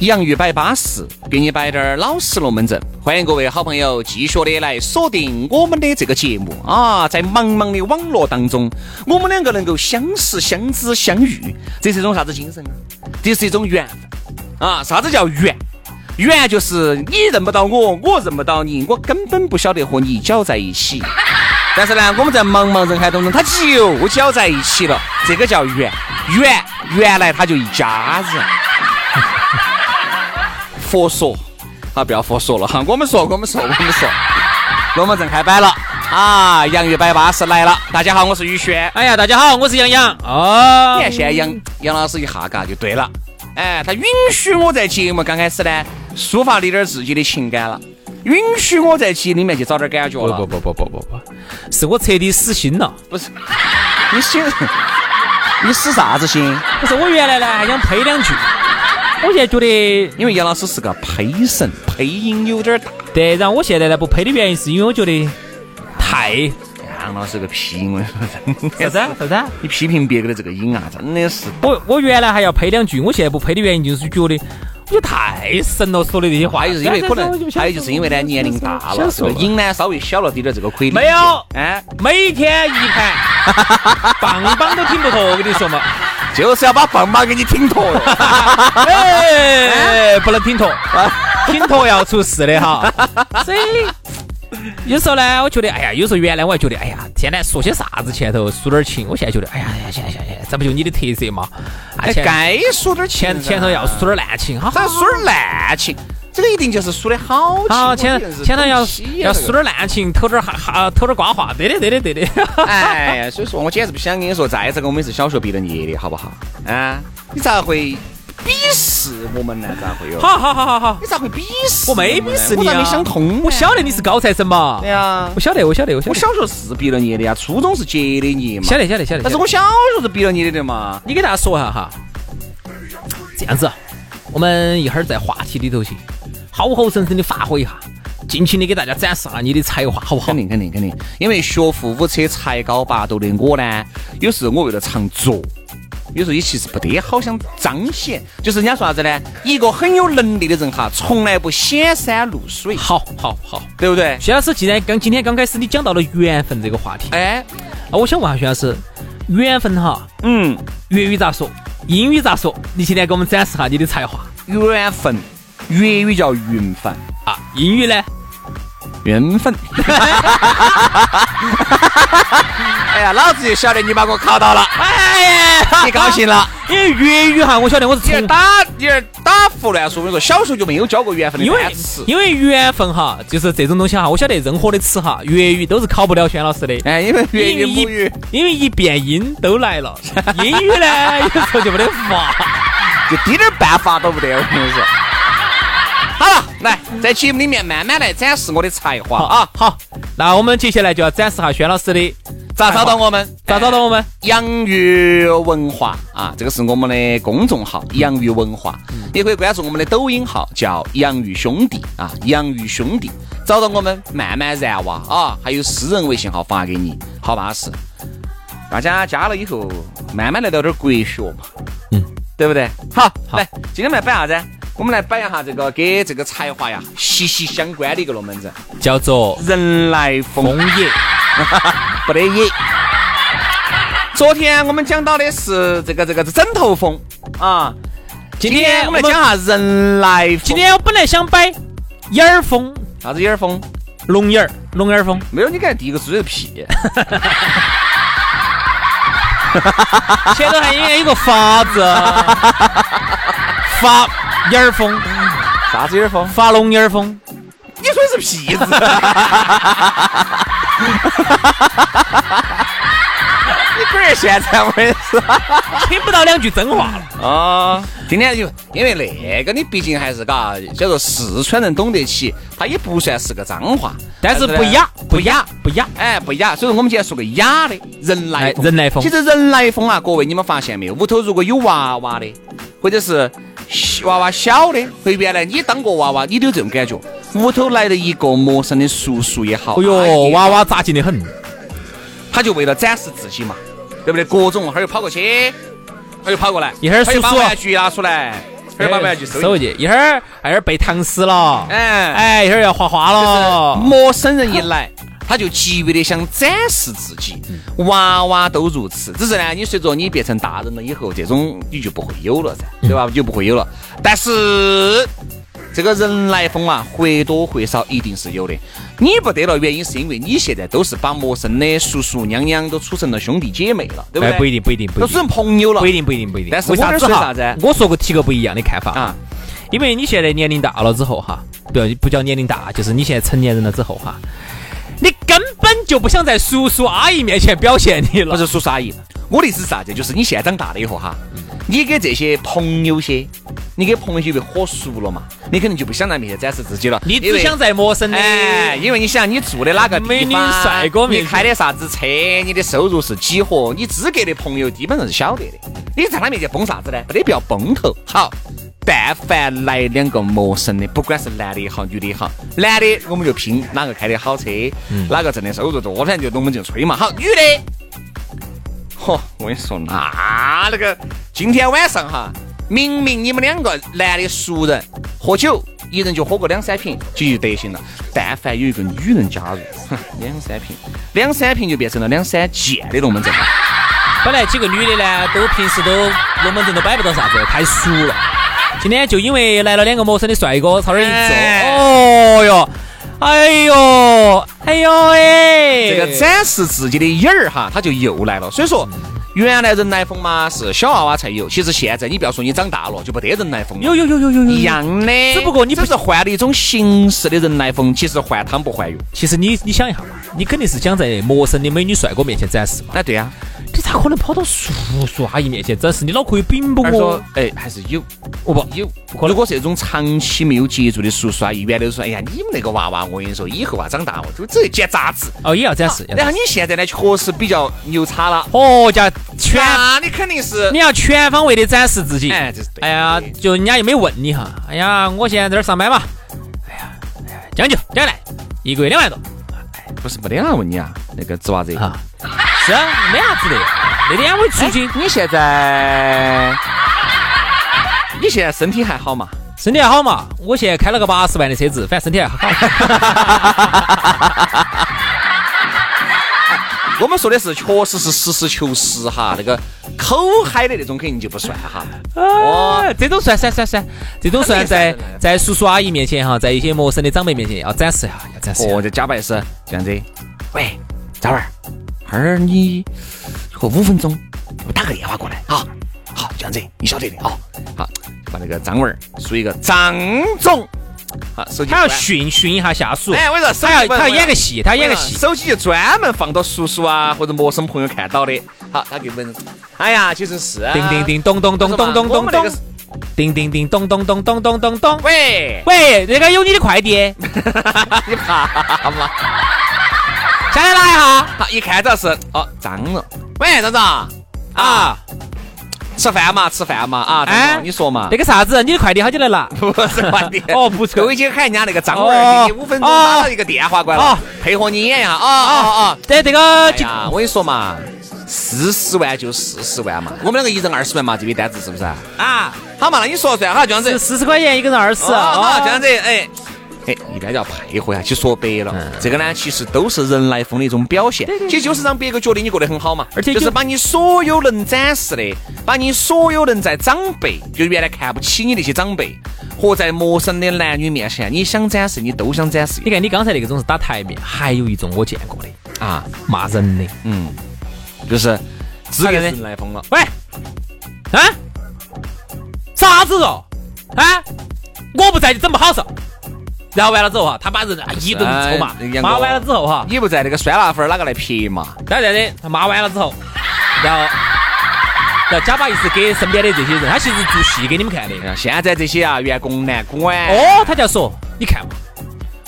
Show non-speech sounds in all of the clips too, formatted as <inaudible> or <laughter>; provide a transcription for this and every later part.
洋芋摆巴适，给你摆点儿老实龙门阵。欢迎各位好朋友继续的来锁定我们的这个节目啊！在茫茫的网络当中，我们两个能够相识、相知、相遇，这是一种啥子精神啊？这是一种缘分啊！啥子叫缘？缘就是你认不到我，我认不到你，我根本不晓得和你搅在一起。但是呢，我们在茫茫人海当中，他就搅在一起了，这个叫缘。缘原来他就一家人。佛说，啊，不要佛说了 <laughs> 哈，我们说，我们说，我们说， <laughs> 龙门阵开摆了啊，洋芋摆巴士来了，大家好，我是宇轩。哎呀，大家好，我是杨洋。哦你，看现在杨杨老师一下嘎就对了，哎，他允许我在节目刚开始呢抒发了一点自己的情感了，允许我在节里面去找点感觉了。不不不不不不，是我彻底死心了。不是， <laughs> 你死，你死啥子心？不是，我原来呢还想呸两句，我现在觉得因为杨老师是个胚神，配音有点大。对，然后我现在呢不呸的原因是因为我觉得太杨老师个屁，我跟你说啥子啥子， <laughs> 你批评别个的这个音啊，真的是我我原来还要呸两句，我现在不呸的原因就是觉得我觉得太神了，说的这些话，还哎有就是因为可但是我能，想还有就是因为呢年龄大想了，这说个了音呢稍微小了点点，这个可以理解没有哎，每天一盘， <laughs> 棒棒都听不透，我跟你说嘛，就是要把棒棒给你挺脱 <laughs> 了。哎，不能挺脱，挺脱要出事的哈。 <laughs> 所以有时候呢，我觉得，哎呀，有时候原来我还觉得，哎呀，天天说些啥子前头抒点儿情，我现在觉得，哎呀，哎呀行行行，这不就你的特色嘛？啊，哎，前该说点钱前前头要抒点儿烂情，好咱好。说点烂情，这个一定就是说的好情。好，我啊前这个人是前头要懂西啊呀要这抒个点儿烂情，偷点儿哈哈，偷点儿瓜话，对的，对的，对的。 <laughs> 哎呀，所以说我简直不想跟你说，再这个我们是小学毕了业的，好不好？啊，你咋会鄙视我们呢？咋会有？好好好好好，你咋会鄙视我们呢？没鄙视你我咋啊，没想通呢？我晓得你是高材生嘛对，呀我，晓得，我晓得，我晓我得，小学是毕了业的呀，初中是结的业嘛晓。得，晓得，晓得。但是我小学是毕了业的嘛。你给大家说一下哈，这样子，我们一会儿在话题里头去，好好生生的发挥一下，尽情的给大家展示下你的才华，好不好肯？定肯定肯定，因为学富五车、才高八斗的我呢，有时候我为了常做，有时候也其实不得好想彰显，就是人家说啥子呢？一个很有能力的人哈，从来不显山露水，好，好，好。对不对？薛老师，既然刚今天刚开始你讲到了缘分这个话题，哎，啊，我想问下薛老师，缘分哈，嗯，粤语咋说？英语咋说？你今天给我们展示下你的才华缘分，粤语叫云分，啊！英语呢？缘分。 <laughs> 哎呀，老子就晓得你把我考到了，哎呀你高兴了。因为粤语哈，我晓得我是你从打你打胡乱说，我跟你说，小时候就没有教过缘分的因为单词。因为缘分哈，就是这种东西哈，我晓得任何的词哈，粤语都是考不了轩老师的。哎，因为粤语因为一母语。因为一变音都来 <laughs> 了，英语呢有时候就没得法。就滴点儿办法都不得，我跟你说。好了，来，在节目里面慢慢来展示我的才华好啊啊！，好，那我们接下来就要展示下轩老师的咋找哎到我们？咋找到我们？洋芋文化啊，这个是我们的公众号“洋芋文化”，也可以关注我们的抖音号叫“洋芋兄弟”啊，“洋芋兄弟”，找到我们慢慢燃哇啊，还有私人微信号发给你，好巴适。大家加了以后，慢慢来聊点国学嘛，嗯，对不对？好，好来，今天我们来摆啥子？我们来摆一下这个跟这个才华呀息息相关的一个龙门阵，叫做人来枫叶，不得也。昨天我们讲到的是这个这个枕头风啊，今今天天我我们们来讲下人来疯。今天我本来想摆眼儿风，啥子眼儿风？龙眼儿，龙眼儿风。没有，你看第一个字就是 <laughs> 屁。前头还应该有个法 <laughs> 字，法眼儿风，啥子眼儿风？法龙眼儿风。你说的是屁字？ <laughs> 你龟儿现在我也 <laughs> 是。听不到两句真话了。啊，今天就因为那个，你毕竟还是嘎，叫做四川人懂得起，它也不算是个脏话，但是呢不雅，不雅，，不雅。哎，不雅。所以说我们今天说个雅的，人来哎人来疯其实人来疯啊，各位你们发现没有？屋头如果有娃娃的，或者是小娃娃小的，或者原来你当过娃娃，你都有这种感觉。屋头来了一个陌生的叔叔也好，哎阿姨呦，也娃好娃扎劲的很。他就为了展示自己嘛，对不对？各种，他又跑过去，他又跑过来，一会儿他又叔把叔玩具拿出来，一会儿把玩具收收回去，一会儿哎一会儿背唐诗了，哎哎，一会儿要画画了。陌生人一来，哦 <laughs> 他就急于的想展示自己，嗯娃娃都如此。只是呢，你随着你变成大人了以后，这种你就不会有了噻，嗯对吧？就不会有了。但是这个人来疯啊，或多或少一定是有的。你不得了，原因是因为你现在都是把陌生的叔叔娘娘都处成了兄弟姐妹了，对不哎对？，不一定，不一定，不都一处成定，朋友了。不一定，不一定，不一定。但是为我啥这子说哈啥子？我说过提个不一样的看法啊，因为你现在年龄大了之后哈，不要不叫年龄大，就是你现在成年人了之后哈，你根本就不想在叔叔阿姨面前表现你不了。是叔叔阿姨，我的意思是啥子？就是你现在长大了以后哈，你给这些朋友些，你给朋友些被火熟了嘛，你可能就不想在面前展示自己了。你因只为想在陌生的，哎，因为你想你住的哪个地方，美女帅哥面前你开的啥子车，你的收入是几何，你资格的朋友基本上是晓得的。你在他面前崩啥子呢？没得必要崩头。好，但凡来两个陌生的，不管是男的也好，女的也好，男的我们就拼哪个开的好车，嗯哪个挣的收入多，反正就我们就吹嘛。好，女的。嚯，我跟你说，啊那那个今天晚上哈，明明你们两个男的熟人喝酒，一人就喝个两三瓶，就就得行了。但凡有一个女人加入， <laughs> 哼，两三瓶，两三瓶就变成了两三件的龙门阵了。 <laughs> 本来几个女的呢，都平时都龙门阵都摆不到啥子，太熟了。今天就因为来了两个陌生的帅哥，朝那儿一哎坐，哦哟，哎呦，哎呦哎，这个展示自己的眼儿哈，他就又来了。所以说，原来人来疯嘛是小娃娃才有，其实现在你不要说你长大了就不得人来疯了。有有有有有有一。样的，只不过你不只是换了一种形式的人来疯，其实换汤不换药。其实你你想一下嘛，你肯定是想在陌生的美女帅哥面前展示嘛，哎，对呀、你咋可能跑到叔叔阿姨面前展示？你脑壳有病不而哦说？，哎，还是有，哦不，有。如果是那种长期没有接触的叔叔阿姨，原来就说，哎呀，你们那个娃娃，我跟你说，以后啊，长大哦，就只会捡杂志。哦也要展示，要展然后示哎你现在呢，确实比较牛叉了，哦叫全，那你肯定是 <laughs> 你，要全方位的展示自己。哎，这是对。哎呀，就人家又没问你哈。哎呀，我现在在这儿上班嘛。哎呀，哎呀，将就将来，一个月两万多不是没得人问你啊，那个侄娃子。啊。是啊，没啥子的。那天我出去，你现在， <laughs> 你现在身体还好嘛？身体还好嘛。我现在开了个八十万的车子，反正身体还 <laughs> 好。我们说的是，确实是实事求是哈，那个口嗨的那种肯定就不算哈。哦，这种算算算算，这种算在肯定算在叔叔阿姨面前哈，在一些陌生的长辈面前要展示一下，要展示一下。哦，这假扮是这样子。喂，咋玩儿？哈儿你和五分钟，我打个电话过来啊。好，这样子，你晓得的啊。好，把那个张文儿输一个张总。好，手机他要专训训一下下属，哎，我跟你说，他要手机不能他要演个戏，他要演个戏。手机就专门放到叔叔啊或者陌生朋友看到的。好，他给我们，哎呀，其实是啊叮叮，叮咚咚咚咚咚我咚们那个咚是，叮叮叮咚咚咚咚咚咚咚。喂，喂，那个有你的快 <laughs> 递，你怕吗？下来拿一下。好，一看到是哦，张总。喂，张总啊，吃饭嘛，吃饭嘛啊，张哎总，你说嘛那。个啥子，你的快递好久来拿？ <laughs> 不是快递哦不是都已经喊人家那个张文儿给你哦五分钟打了一个电话过来了哦，配合你演一下啊啊啊！对，这个哎呀，我跟你说嘛，四十万就四十万嘛，我们两个一人二十万嘛，这笔单子是不是？啊，好嘛，那你说算哈，这样子啊四，十块钱一个人二十，哦好，这样子。子，哎，哎，一般要配合下去。说白了，这个呢，其实都是人来疯的一种表现，其实就是让别个觉得你过得很好嘛。而且就就是把你所有能展示的，把你所有能在长辈，就原来看不起你那些长辈，和在陌生的男女面前，你想展示，你都想展示你看你刚才那个种是打台面，还有一种我见过的啊，骂人的，嗯，就是资格人来疯了。喂，啊，啥子哦？啊，我不在就整不好受。然后完了之后哈，他把人啊一顿臭骂哎，杨哥骂完了之后哈，你不在那个酸辣粉儿哪个来撇嘛？当然的，他骂完了之后，然后，然后假把意思给身边的这些人，他其实做戏给你们看的。哎呀现在这些啊，员工难管。哦，他就要说，你看嘛，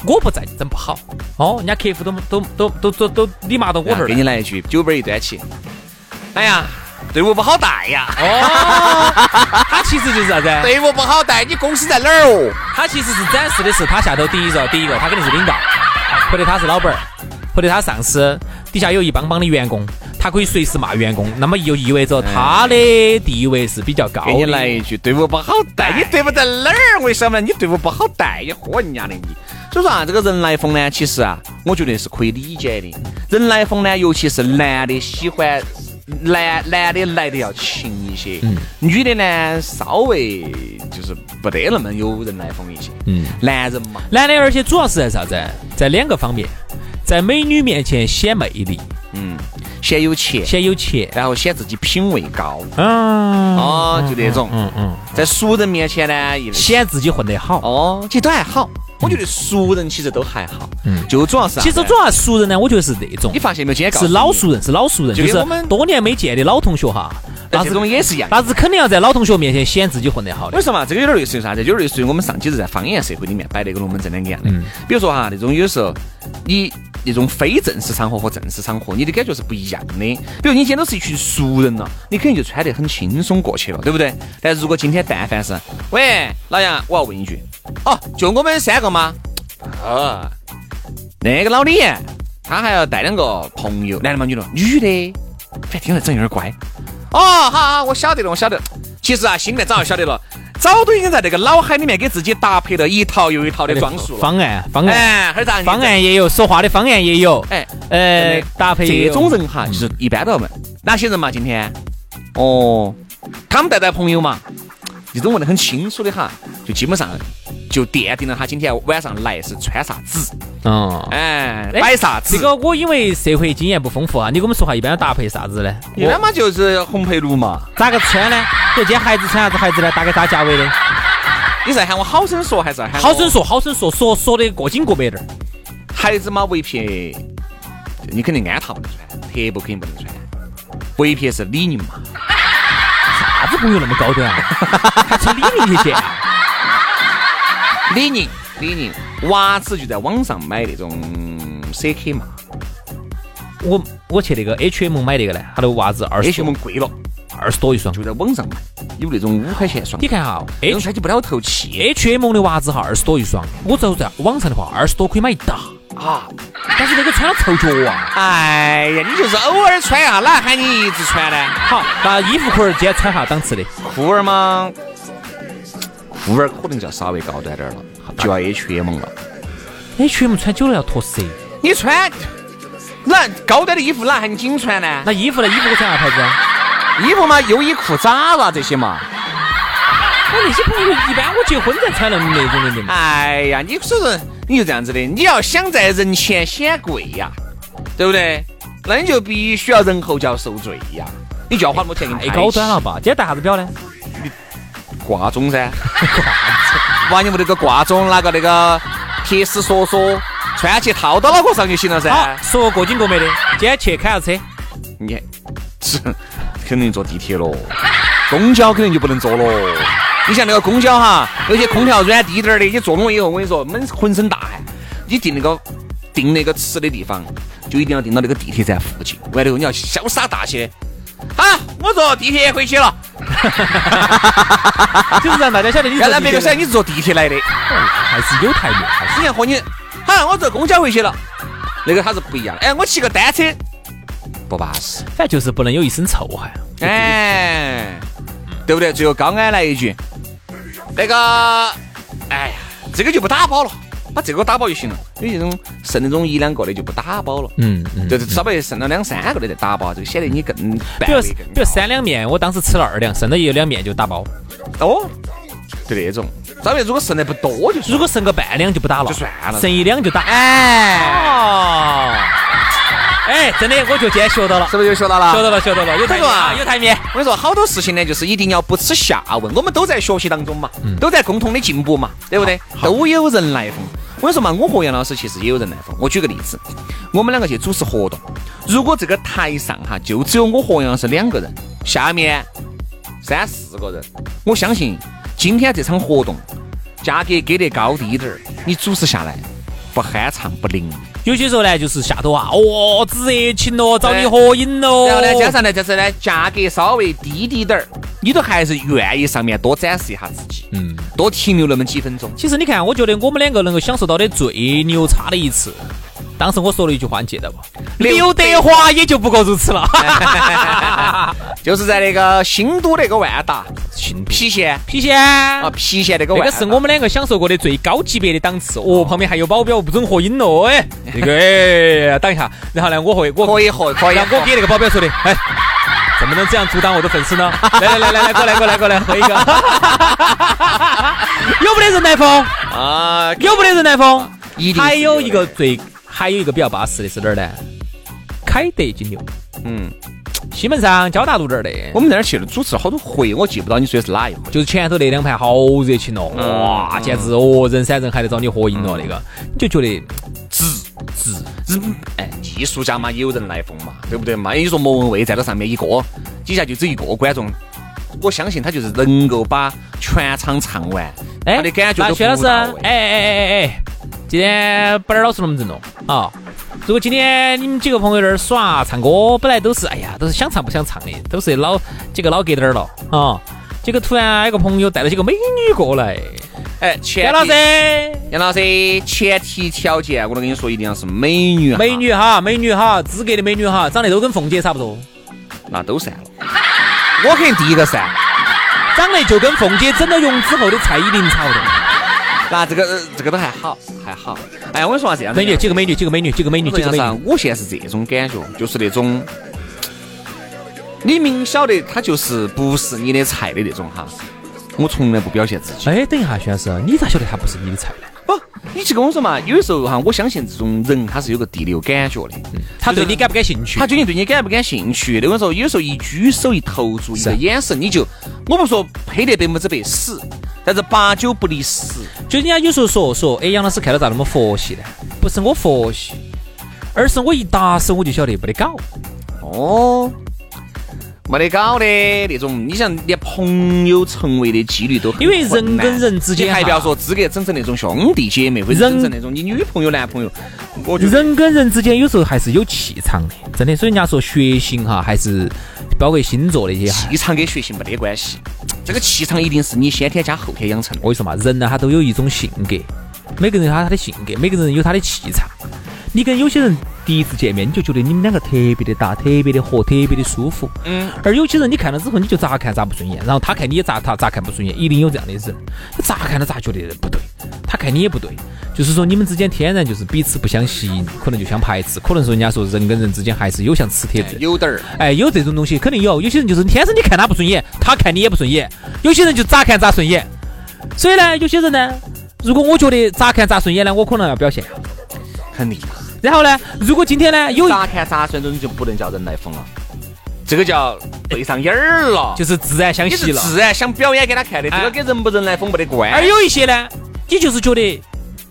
我不在就整不好。哦，人家客户都都都都都都你骂到我然这后儿给来。你来一句，酒杯一端起。哎呀，队伍不好带呀，哦，他其实就是啥子？队伍不好带，你公司在哪儿哦？他其实是展示的是他下头第一个，第一个他肯定是领导，或者他是老板儿，或者他上司，底下有一帮帮的员工，他可以随时骂员工，那么就意味着他的地位是比较高的。给你来一句，队伍不好带，你队伍在哪儿？为什么呢？你队伍不好带，也喝人家的你。所以说啊，这个人来疯呢，其实啊，我觉得是可以理解的。人来疯呢，尤其是男的喜欢男男的来的要勤一些，女的呢稍微就是不得那么有人来疯一些。嗯，男人嘛，男的，而且主要是在啥子？在两个方面，在美女面前显魅力，嗯，先有钱，显有钱。然后显自己品味高。嗯，哦，就那种，嗯嗯，在熟人面前呢，一显自己混得好。哦，其实都还好，我觉得熟人其实都还好，嗯，就主要是啥其子，实主要熟人呢，我觉得是那种你，发现没有，今天告诉是你老，熟人，是老熟人，就就跟是我们多年没见的老同学哈。但那这是种也是一样。那是肯定要在老同学面前显自己混得好的为。什么这个有点类似于啥子？有点类似于我们上几次在方言社会里面摆那个龙门阵两个样的。比如说哈，那种有时候你那种非正式场合和正式场合，你的感觉是不一样的。比如你今天都是一群熟人了，你肯定就穿得很轻松过去了，对不对？但如果今天但凡是，喂，老杨，我要问一句，哦，就我们三个吗？哦，那个老李，他还要带两个朋友，男的吗？女的？女的，反正听着整有点乖。哦，好好，我晓得了，我晓得了。其实啊，心里面早就晓得了，早都已经在那个脑海里面给自己搭配了一套又一套的装束了。方案，方案，哎，还是咋方案也有，说话的方案也有，哎，呃真的，搭配嗯也这有种人哈，就是一般都要问哪些人嘛？今天哦，他们带带朋友嘛，这种问得很清楚的哈，就基本上就奠定了他今天晚上来是穿啥子，嗯。哎，哎摆啥子。这个我因为社会经验不丰富啊，你跟我们说话一般要搭配啥子呢？一般嘛就是红配绿嘛。咋个穿呢？就今天孩子穿啥子孩子呢？大概啥价位的？你是喊我好生说还是喊哎我好生说，好生说，说说的过紧过美点儿。孩子嘛，围撇你肯定安踏不能穿，特步肯定不能穿。围撇是李宁嘛，啥子朋友那么高端啊？还穿李宁去啊见？李宁，李宁，娃子就在网上买那种 CK 嘛我我去那个 H&M 买那个呢，他的袜子二十，H M 贵了，二十多一双。就在网上买，有那种五块钱一双你，看哈那种，H 穿起不了透气 H&M 的袜子哈二十多一双，我走在网上的话二十多可以买一打，啊！但是那个穿了臭脚啊。哎呀，你就是偶尔穿一下，哪喊你一直穿呢？好，那衣服裤儿今天穿啥档次的？裤儿嘛，裤儿可能就要稍微高端点儿了，就要 H M 了。 H&M 穿久了要脱色。你穿那高端的衣服，哪喊你紧穿呢？那衣服呢？衣服我穿啥牌子啊？衣服嘛，优衣库、ZARA 这些嘛。我那些朋友一般我结婚才穿那那种的的嘛。哎呀，你说说，你就这样子的，你要想在人前显贵呀，对不对？那你就必须要人后就要受罪呀，你就要花那么多钱给你太高端了，吧？今天戴啥子表呢？挂钟 <laughs> 噻，哇，你们那个挂钟拿个那个铁丝索索穿起套到脑壳上就行了噻好，。说过紧过没的。今天去开下车，你是肯定坐地铁喽， <laughs> 公交肯定就不能坐喽。你像那个公交哈，有些空调软滴点儿的，你坐了以后，我跟你说，闷浑身大汗。你订那个订那个吃的地方，就一定要订到那个地铁站附近。完了以后，你要潇洒大气的。好，啊我坐地铁回去了。就是让大家晓 <laughs> 得你要让别个晓得你是坐地铁来的。哎还是有台面，还是之前和你，好，我坐公交回去了。那个他是不一样。哎，我骑个单车，不巴适。反正就是不能有一身臭汗。哎，对不对？最后高安来一句，那个，哎呀，这个就不打包了，把这个打包就行了。有些种剩那种一两个的就不打包了，嗯嗯，就是稍微剩了两三个的再打包，这个显得你更比半如位比更如高三两面，我当时吃了二两，剩了一两面就打包。哦，就那种稍微如果剩的不多就如果剩个半两就不打了，就算了剩一两就打。哎，哦，哎，真的，我就今天学到了，是不是又学到了？学到了，学到了，有台这个面啊啊，有台面。我跟你说，好多事情呢，就是一定要不耻下问。我们都在学习当中嘛，都在共同的进步嘛，对不对？都有人来疯。我跟你说嘛，我和杨老师其实也有人来疯。我举个例子，我们两个去主持活动，如果这个台上哈就只有我和杨老师两个人，下面三四个人，我相信今天这场活动价格给得高低点儿，你主持下来不酣畅不淋。有些时候呢，就是下头啊，哦，只热情咯，找你合影哦咯。然后呢，加上呢，就是呢，价格稍微低低点儿，你都还是愿意上面多展示一下自己，嗯，多停留那么几分钟。其实你看，我觉得我们两个能够享受到的最牛叉的一次，当时我说了一句话，你记得不？刘刘德德华华也就不过如此了。哎 <laughs> 就是在那个新都那个万达郫县皮先，啊，啊郫县那个那万个达，是我们两个享受过的最高级别的档次哦，旁边还有保镖不准合影哦，哎，这个哎，等一下，然后呢，我会我可以 <laughs> 合可以然后合我给那个保镖说的，哎，怎么能这样阻挡我的粉丝呢？来来来来来，过来过来过来，喝一个，有没得人来疯？啊，有没得人来疯？一定是还有一个最，还有一个比较巴适的是哪儿呢？凯德金牛，嗯，西门上交大路这儿的。我们在那儿去了主持了好多回，我记不到你说的是哪一回。就是前头那两盘好热情哦，哇，简直哦，人山人海的找你合影了，那个你就觉得值值。嗯，哎，艺术家嘛，也有人来疯嘛，对不对嘛？哎你说莫文蔚站到上面一个，底下就只一个观众，我相信他就是能够把全场唱完，他的感觉那哎都薛老师，服务到哎位哎哎哎哎，今天本儿老师能不能弄啊？如果今天你们几个朋友在这儿耍唱歌，本来都是哎呀，都是想唱不想唱的，都是老几个老格点儿了啊。结果突然有个朋友带了几个美女过来，哎，前薛老师提，，杨老师，前提条件我都跟你说，一定要是美女，啊美，女哈，美女哈，资格的美女哈，长得都跟凤姐差不多，那都删了， <laughs> 我肯定第一个删。长得就跟凤姐整了容之后的蔡依林差不多。那这个呃这个都还好，还好。哎，我跟你说啊，这样子美女，几个美女，几个美女，几个美女，这几个样美子女啊。，我现在是这种感觉，就是那种，你明晓得他就是不是你的菜的那种哈，我从来不表现自己。哎，等一下，徐老师，你咋晓得她不是你的菜呢？不，你去跟我说嘛，有的时候哈，我相信这种人他是有个第六感觉的，她对你感不感兴趣？他究竟对你感不感兴趣？那个时候，有时候一举手一投足，一啊个眼神，你就我不说配得百分之百死，但是八九不离十。就人家有时候说说，哎，杨老师看到咋那么佛系呢？不是我佛系，而是我一搭手我就晓得没得搞。哦，没得搞的那种，你想连朋友成为的几率都很因为人困难跟人之间你还哈不要说资格整成那种兄弟姐妹，或者人整成那种你女朋友、男朋友，我觉得人跟人之间有时候还是有气场的，真的。所以人家说学行哈，还是包括星座那些哈。气场跟学习没得关系，这个气场一定是你先天加后天养成的。我跟你说嘛，人呢他都有一种性格，每个人有他的性格，每个人有他的气场。你跟有些人第一次见面，你就觉得你们两个特别的搭，特别的合，特别的舒服。嗯，而有些人你看了之后，你就咋看咋不顺眼，然后他看你也咋他咋看不顺眼，一定有这样的人，咋看他咋觉得不对，他看你也不对，就是说你们之间天然就是彼此不相吸引，可能就相排斥，可能说人家说人跟人之间还是有像磁铁质。有点儿，哎，有这种东西肯定有，有些人就是天生你看他不顺眼，他看你也不顺眼，有些人就咋看咋顺眼。所以呢，有些人呢，如果我觉得咋看咋顺眼呢，我可能要表现。肯定。然后呢，如果今天呢有一咋看咋算这种就不能叫人来疯了，这个叫对上眼儿了， <laughs> 就是自然相你惜是了，自然想表演给他看的，这哎个跟人不人来疯没得关。而有一些呢，你就是觉得人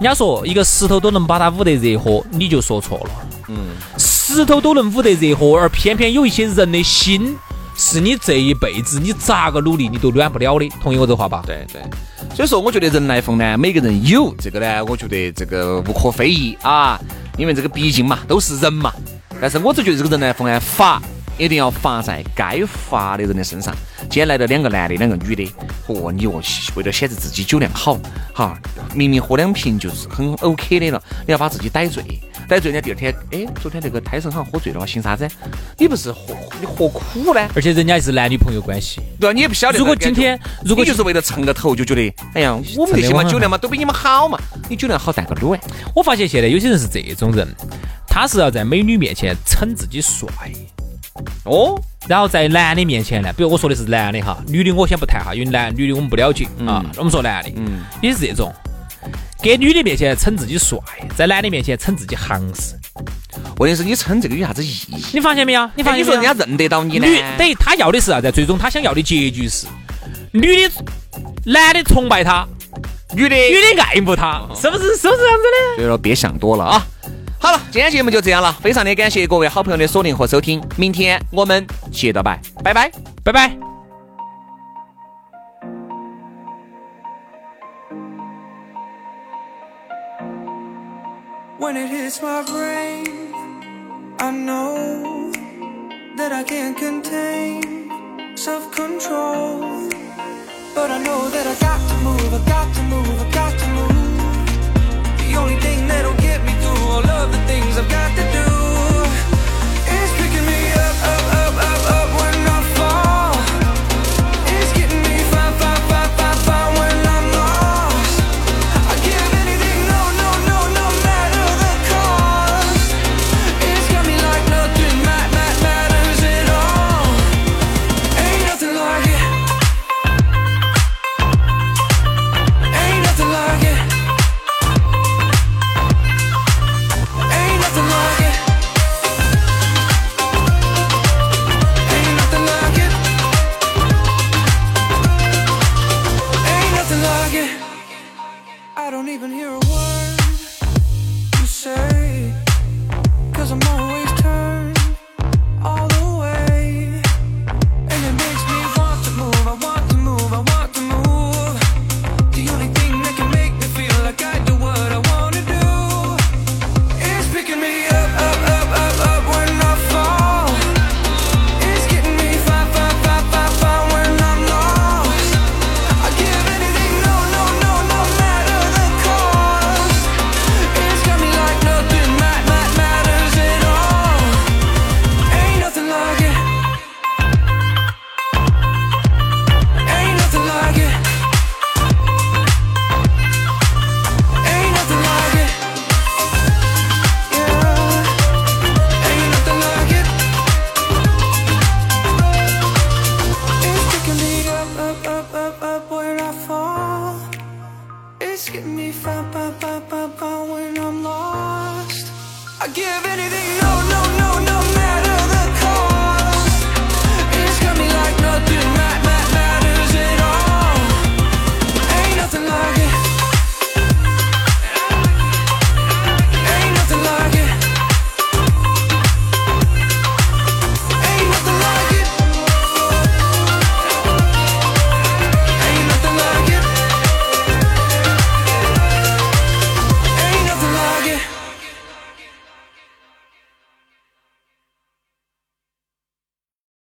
家说一个石头都能把它捂得热和，你就说错了。嗯，石头都能捂得热和，而偏偏有一些人的心。是你这一辈子你咋个努力你都暖不了的，同意我这话吧？对对。所以说，我觉得人来疯呢，每个人有这个呢，我觉得这个无可非议啊，因为这个毕竟嘛都是人嘛。但是我只觉得这个人来疯呢，发一定要发在该发的人的身上。今天来了两个男的，两个女的，嚯、你哦，为了显示自己酒量好，哈，明明喝两瓶就是很 OK 的了，你要把自己逮醉。但最后人家第二天，哎，昨天那个胎神好像喝醉了，姓啥子？你不是喝你喝苦呢？而且人家是男女朋友关系，对啊吧？你也不晓得。如果今天如果你就是为了蹭个头，就觉得，哎呀，我们这些嘛酒量嘛都比你们好嘛，你酒量好占个卵。我发现现在有些人是这种人，他是要在美女面前称自己帅，哦，然后在男的面前呢，比如我说的是男的哈，女的我先不谈哈，因为男女的我们不了解啊。我们说男的，嗯也是这种，给女的面前称自己帅，在男的面前称自己行势。问题是你称这个有啥子意义？你发现没有？你发哎你现说没有人家认得到你呢？女等于他要的是啥子？最终他想要的结局是，女的男的崇拜他，女的女的爱慕哦他，是不是？是不是这样子的？所以说别想多了啊。好了，今天节目就这样了，非常的感谢各位好朋友的锁定和收听，明天我们接着拜，拜拜。拜拜。 When it hits my brain, I know that I can't contain self control. But I know that I got to move, I got to move, I got to move. The only thing that'll get me through all of the things I've got to do is picking me up, up, up, up, up when I fall. It's getting me fine, fine, fine, fine, fine when I'm lost. I give anything, no, no, no, no matter the cost. It's got me like nothing mat, mat, matters at all. Ain't nothing like it. Ain't nothing like it. Ain't nothing like it. Ain't nothing like it. Ain't nothing like it. I don't even hear a word you say. Cause I'm always turned all the way. And it makes me want to move, I want to move, I want to move. The only thing that can make me feel like I do what I wanna do is picking me up, up, up, up, up when I fall. It's getting me fine, fine, fine, fine, fine when I'm lost. I give anything, no, no, no, no matter the cost. It's got me like nothing mat, mat, matters at all. Ain't nothing like it. Ain't nothing like it. Ain't nothing like it. Yeah. Ain't nothing like it. It's picking me up, up, up, up, up when I fall. It's getting me fine, fine, fine, fine, fine when I'm lost. I give anything.